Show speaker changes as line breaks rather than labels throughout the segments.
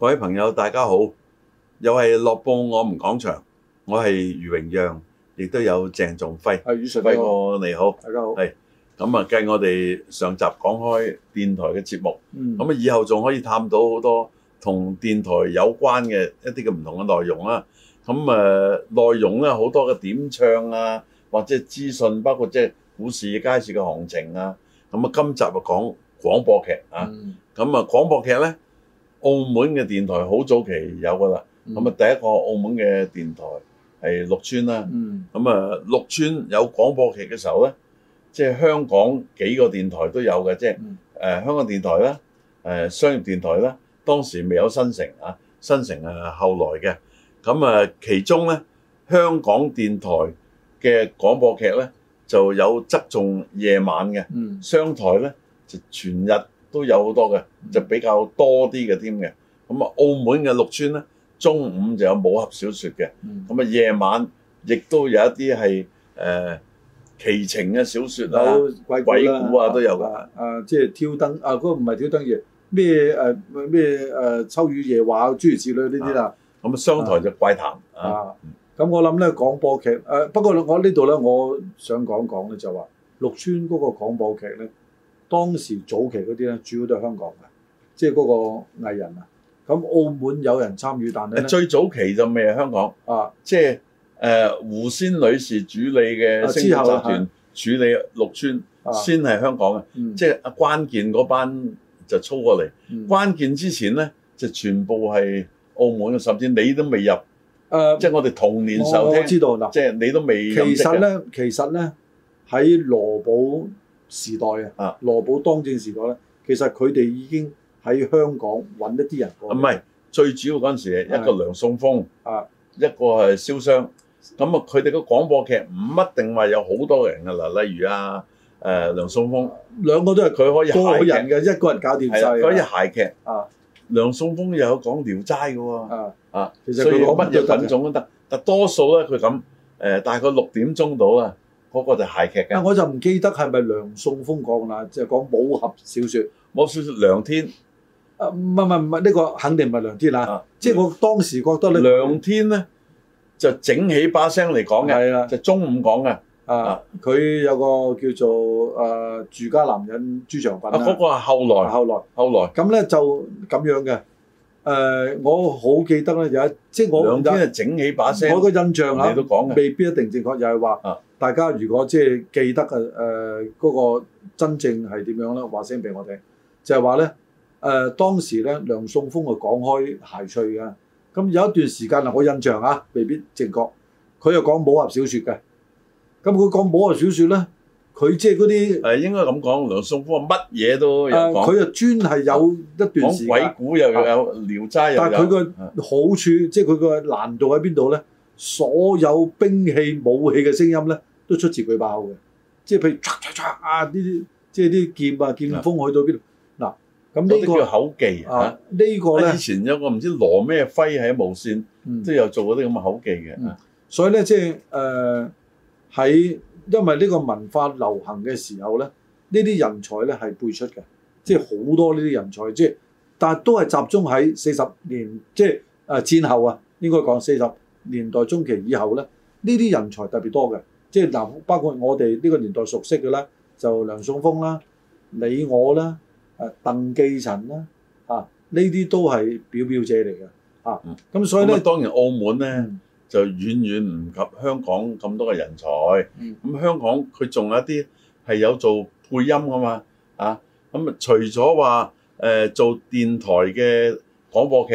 位朋友，大家好！又係樂報我們講場，我係余榮讓，亦都有鄭仲輝。
係宇純你好，
輝哥你好，
大家好。
係咁啊，繼我哋上集講開電台嘅節目，
嗯，
咁啊以後仲可以探討好多同電台有關嘅一啲嘅唔同嘅內容啦。咁啊誒內容咧好多嘅點唱啊，或者資訊，包括即係股市、街市嘅行情啊。咁啊，今集就講廣播劇啊。
嗯
咁啊，廣播劇咧，澳門嘅電台好早期有噶啦。咁啊，，第一個澳門嘅電台係綠村啦。
嗯
咁啊，綠村有廣播劇嘅時候咧，即係香港幾個電台都有嘅，即係
嗯
誒香港電台啦、誒商業電台啦。當時未有新城啊，新城啊後來嘅。咁啊，其中咧香港電台嘅廣播劇咧就有側重夜晚嘅。
嗯
商台咧就全日都有好多嘅，
嗯
就比較多啲嘅添嘅。咁啊，澳門嘅綠村咧，中午就有武俠小説嘅，
嗯，
咁啊夜晚亦都有一啲係誒奇情嘅小説啊，
有鬼
鬼故啊都有㗎
㗎。啊，即係挑燈啊，嗰個唔係挑燈夜，咩誒咩誒秋雨夜話諸如此類呢啲啦。
咁啊商台就怪談啊，
啊，咁我諗咧廣播劇誒、呃不過我呢度咧，我想講講咧就話綠村嗰個廣播劇咧，當時早期嗰啲咧，主要都係香港嘅，即係嗰個藝人啊。咁澳門有人參與，但係咧
最早期就未係香港，
啊，
即係誒胡仙女士主理嘅
啊
星
之後
島
啊
集團處理綠村
啊
先係香港嘅，
嗯
即係啊關鍵嗰班就操過嚟。
嗯
關鍵之前咧，就全部係澳門嘅，甚至你都未入，
誒
即係我哋童年時候
我我
聽，
知道嗱，
即係你都未
其
入職
實
嘅。
咧，其實咧喺羅寶時代啊
啊，
羅寶當政時代咧，其實佢哋已經喺香港揾一啲人過
啊唔
嚟
係最主要嗰陣時，一個梁宋峰，
啊，
一個係蕭湘。咁啊，佢哋個廣播劇唔一定話有好多人㗎啦，例如啊，誒、梁宋峰，
兩個都係
佢可以
個
諧
人
劇，
嘅，一個人搞掂
係啊，
晒
佢可以諧劇。
啊
梁宋峰又有講聊齋嘅喎，
啊！
啊，
其實
所以
佢講
乜
乜都
嘢
得
品種都得，但多數咧佢咁誒，大概六點鐘到啦，嗰、個就諧劇嘅
但。我就唔記得係咪梁宋峰講啦，就係講武俠小説。
冇少少梁天，
啊，唔係唔係唔係，呢個肯定唔係梁天啦。
啊
即係我當時覺得咧，
梁天咧就整起把聲嚟講嘅，
係啦
就中午講嘅。
啊
啊，
佢有個叫做誒住家男人朱長
啊，
粉
嗰個係
啦，
後來，
後來。
後來
咁咧就咁樣嘅。誒、我好記得咧，有一即係我
梁天係整起把聲，
我個印象啊
你都講嘅
未必一定正確，又係
啊
話大家如果即係記得嘅誒嗰個真正係點樣咧，話聲俾我聽，就係話咧誒當時咧梁宋峰啊講開諧趣嘅，咁有一段時間啊，我印象啊未必正確，佢又講武俠小説嘅，咁佢講武俠小説咧，佢即係嗰啲
誒應該咁講，梁宋峰乜嘢都有講，
誒佢啊專係有一段
講
時
鬼
間。啊
故又有，聊齋又
但係佢
有。啊
個好處，即係佢個難度喺邊度咧？所有兵器武器嘅聲音咧，都出自佢把口嘅。即 係譬如唰唰唰啊，呢啲即係啲劍啊、劍鋒去到邊度？嗱，
嗰
咁
啲叫
呢
口技
個啊
嚇。
呢個
以
咧，
前有個唔知羅咩輝喺無線
嗯
都有做嗰啲咁嘅口技嘅。
嗯所以咧即係誒喺因為呢個文化流行嘅時候咧，呢啲人才咧係輩出嘅，即係好多呢啲人才，即係但係都係集中喺四十年，即係誒、呃、戰後啊，應該講四十年代中期以後咧，呢啲人才特別多嘅，即係嗱，包括我哋呢個年代熟悉嘅啦，就梁宋峰啦、你我啦、誒鄧寄塵啦，啊呢啲都係表表者嚟嘅，啊
嗯
咁所以
咁
咧
啊，。當然澳門咧。
嗯
就遠遠唔及香港咁多嘅人才。咁、
嗯
香港佢仲有一啲係有做配音噶嘛，啊咁除咗話誒做電台嘅廣播劇，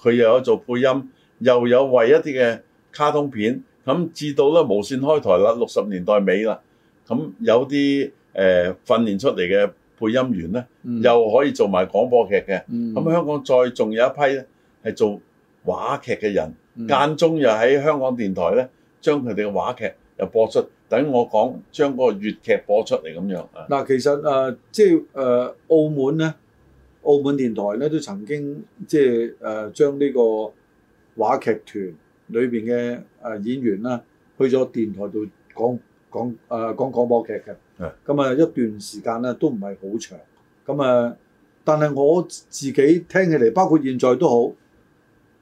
佢又有做配音，又有為一啲嘅卡通片。咁至到咧無線開台啦，六十年代尾啦，咁有啲誒、呃、訓練出嚟嘅配音員咧，
嗯
又可以做埋廣播劇嘅。
嗯
咁香港再仲有一批咧係做話劇嘅人。
嗯
間中又喺香港電台咧，將佢哋嘅話劇又播出，等我講將嗰個粵劇播出嚟咁樣啊。
嗱，其實誒、呃即係誒、呃澳門咧，澳門電台咧都曾經即係誒、呃、將呢個話劇團裏邊嘅誒演員啦，去咗電台度講講誒、呃、講廣播劇嘅
係。
咁啊一段時間咧都唔呃係好長。咁啊，但係我自己聽起嚟，包括現在都好，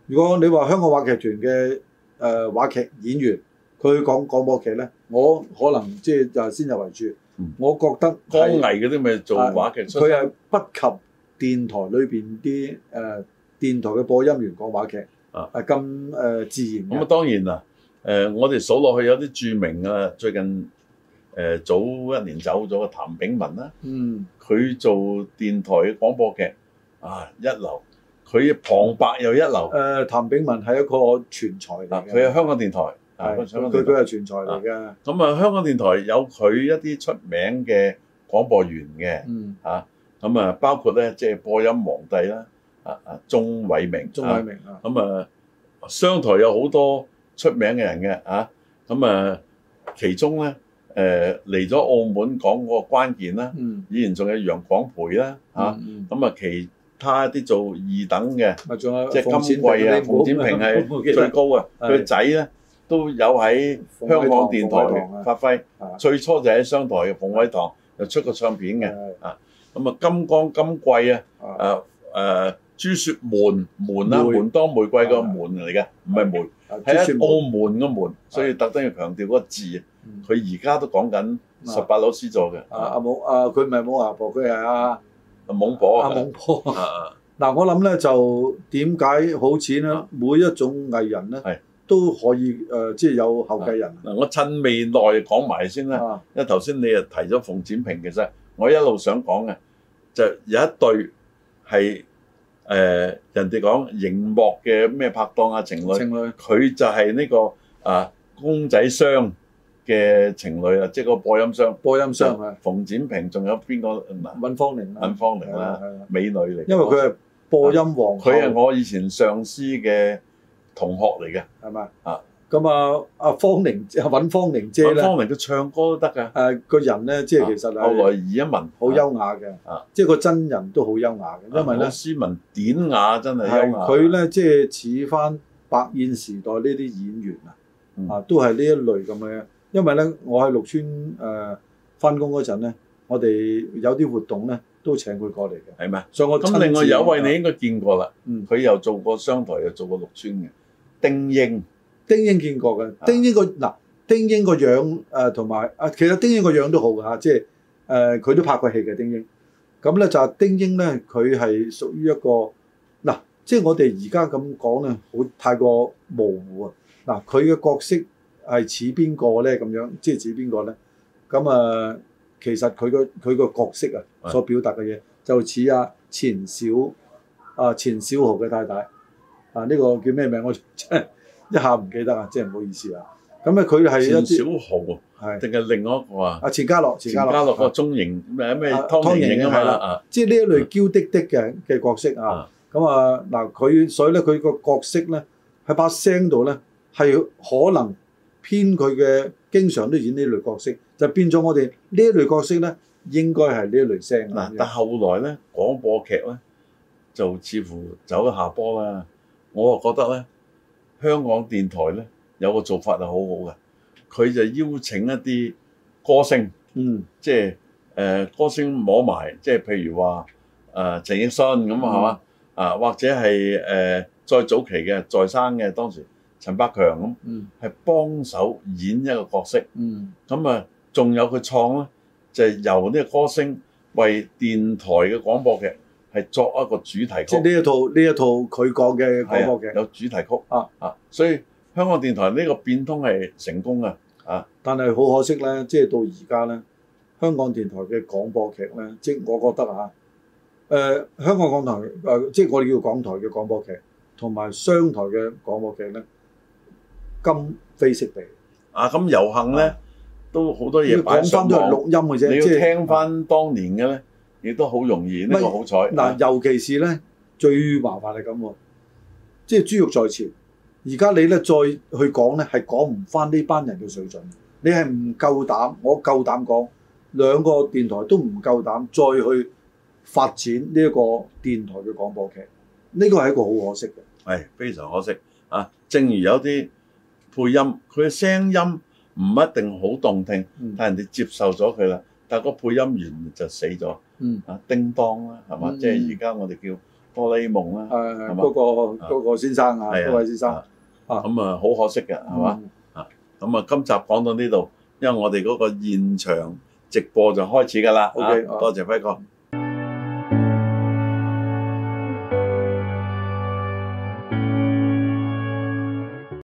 如果你話香港話劇團嘅誒、呃、話劇演員，佢講廣播劇咧，我可能即係就係先入為主，
嗯
我覺得
江
係
毅嗰啲咪做話劇出
佢係不及電台裏邊啲誒電台嘅播音員講話劇
啊
係咁誒自然
咁啊
嘅，
當然啦，誒、我哋數落去有啲著名啊，最近誒、呃早一年走咗嘅譚炳文啦，
嗯
佢做電台嘅廣播劇啊一流，佢旁白又一
誒、
流，
呃譚炳文係一個全才嚟
嗱
嘅，
啊佢係香港電台啊，
係
佢係香
佢
港
佢
電
佢
台
係全才嚟嘅，
咁啊香港電台有佢一啲出名嘅廣播員嘅，
嗯，
咁啊包括咧即係播音皇帝啦，啊啊鐘偉明，
鐘
啊
偉明啊，
咁啊，商台有好多出名嘅人嘅啊，咁啊，其中咧誒嚟咗澳門講嗰個關鍵啦，
嗯
以前仲有楊廣培啦嚇，
嗯嗯
咁啊其他啲做二等嘅，
咪啊仲有
即係
馮
金
展
貴啊、
平嗰
馮
啲
展
冇
平
冇
係
記
最
得
高啊，
係
佢個仔咧都有喺
馮
香港
偉棠
電
馮偉棠啊
台發揮
啊，
最初就喺商台嘅馮偉堂又出過唱片嘅，
嘅
咁啊金剛金貴啊。
啊。
誒誒朱雪門門啦，
梅
門當玫瑰個
啊
門嚟嘅，唔係梅，
係
係
啊
一澳門嘅門，所以特登要強調嗰個字。啊
嗯
佢而家都講緊
啊
十八樓 C 座嘅，
啊
啊
阿武啊，佢唔係武牙婆，佢係阿
懵婆
阿
啊
蒙婆。
啊啊
嗱，我諗咧就點解好似咧，每一種藝人
係啊
咧都可以誒，即係有後繼人
嗱，我趁未耐講埋先啦，
啊，
因為頭先你又提咗馮展平，其實我一路想講嘅就有一對係誒人哋講熒幕嘅咩拍檔啊情侶。
情侶
佢就係呢、個啊公仔箱嘅情侶啦，即係個播音箱。
播音商啊，
馮展平仲有邊個嗱
尹芳玲啊，
尹芳玲啦
係啊，係啊
美女嚟？
因為佢係播音王后，
啊佢係我以前上司嘅同學嚟嘅。
係咪
啊？
咁啊，阿芳玲啊尹芳玲姐
尹
咧，
芳啊玲佢唱歌都得㗎。
誒個人咧，即係其實
後
係
來移一文
好優雅嘅
啊，
即係個真人都好優雅嘅，因為咧
好。斯啊文典雅真係優
係
雅。
佢咧，即係似翻白燕時代呢啲演員啊，
嗯
啊都係呢一類咁嘅。因為咧，我喺綠村誒翻工嗰陣咧，我哋有啲活動咧都請佢過嚟嘅，
係咪？
所以我親
咁
自啊
另外有一位你應該見過啦，
嗯
佢又做過商台，又做過綠村嘅丁英。
丁英見過嘅
啊，
丁英個嗱丁英個樣誒同埋啊，其實丁英個樣都好㗎嚇，即係誒呃佢都拍過戲嘅丁英。咁咧就係丁英咧，佢係屬於一個嗱，即係我哋而家咁講咧，好太過模糊啊。嗱，佢嘅角色係似邊個咧？咁樣即係似邊個咧？咁啊、呃其實佢個佢個角色啊，
係
所表達嘅嘢就似啊錢小啊錢小豪嘅太太啊，呢、個叫咩名？我真係 一下唔記得啊，真係唔好意思啊。咁咧佢係
錢
一
小
啲
豪啊
係
定係另外一個啊？
啊錢嘉樂，
錢嘉樂哦個
啊
中型咩咩
啊
湯盈盈啊
湯盈盈係
嘛
啦
啊，
即係呢一類嬌滴滴嘅嘅角色啊
啊。
咁啊嗱，佢所以咧佢個角色咧喺把聲度咧係可能偏佢嘅，經常都演呢類角色，就變咗我哋呢一類角色咧應該係呢一類聲啊
嗱，但後來咧廣播劇咧就似乎走咗下坡啦。我啊覺得咧，香港電台咧有個做法係好好嘅，佢就邀請一啲歌星，
嗯
即係誒、呃歌星摸埋，即係譬如話誒陳奕迅咁
嗯
啊，係嘛啊，或者係誒、呃再早期嘅在生嘅當時陳百強咁，
嗯
係幫手演一個角色。
嗯
咁啊，仲有佢創咧，就係由呢個歌星為電台嘅廣播劇係作一個主題曲，
即係呢一套呢一套佢講
係
嘅廣
啊
播劇，
有主題曲
啊
啊，所以香港電台呢個變通係成功啊！啊，
但係好可惜咧，即係到而家咧，香港電台嘅廣播劇咧，即係我覺得啊，誒、香港港台誒、呃即係我哋叫港台嘅廣播劇，同埋商台嘅廣播劇咧，今非昔比。
啊咁遊行咧
啊
都好多
要
嘢擺
講
上
翻都係錄
網，
音嘅
你
啫，
要
即係
聽翻當年嘅咧，亦都好容易，呢個好彩
嗱，
啊
尤其是咧最麻煩係咁喎，即係豬肉在前。而家你咧再去講咧，係講唔翻呢班人嘅水準。你係唔夠膽，我夠膽講，兩個電台都唔夠膽再去發展呢一個電台嘅廣播劇。呢個係一個好可惜嘅。
係非常可惜啊！正如有啲配音，佢嘅聲音唔一定好動聽。
嗯
但係人哋接受咗佢啦，但係個配音員就死咗
嗯
啊，叮當啦，係嘛？
嗯
即係而家我哋叫哆啦 A 夢啦，
誒
係嘛
嗰個
啊
嗰個先生啊，
係啊
嗰位先生
啊咁啊好可惜嘅，係嘛？？
嗯
咁啊，今集講到呢度，因為我哋嗰個現場直播就開始㗎啦。
OK，
啊
啊
多謝輝哥。